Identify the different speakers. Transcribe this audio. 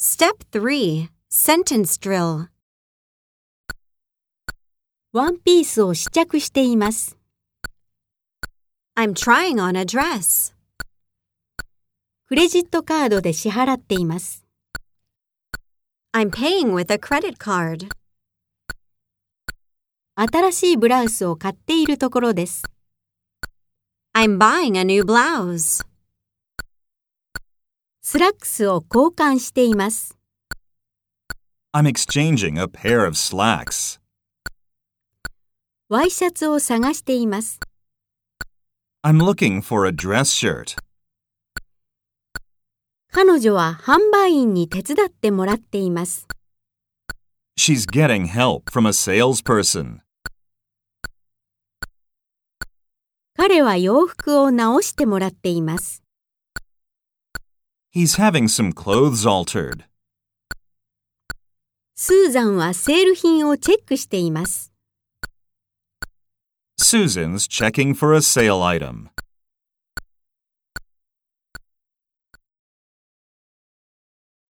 Speaker 1: Step 3 Sentence Drill ワンピースを試着しています。I'm trying on a dress. クレジットカードで支払っています。I'm paying with a credit card. 新しいブラウスを買っているところです。I'm buying a new blouse. スラックスを交換しています。
Speaker 2: I'm exchanging a pair of slacks.
Speaker 1: ワイシャツを探しています。
Speaker 2: I'm looking for a dress shirt.
Speaker 1: 彼女は販売員に手伝ってもらっています。
Speaker 2: She's getting help from a salesperson.
Speaker 1: 彼は洋服を直してもらっています。
Speaker 2: He's having some clothes altered.
Speaker 1: スーザンはセール品をチェックしています。
Speaker 2: Susan's checking for a sale item.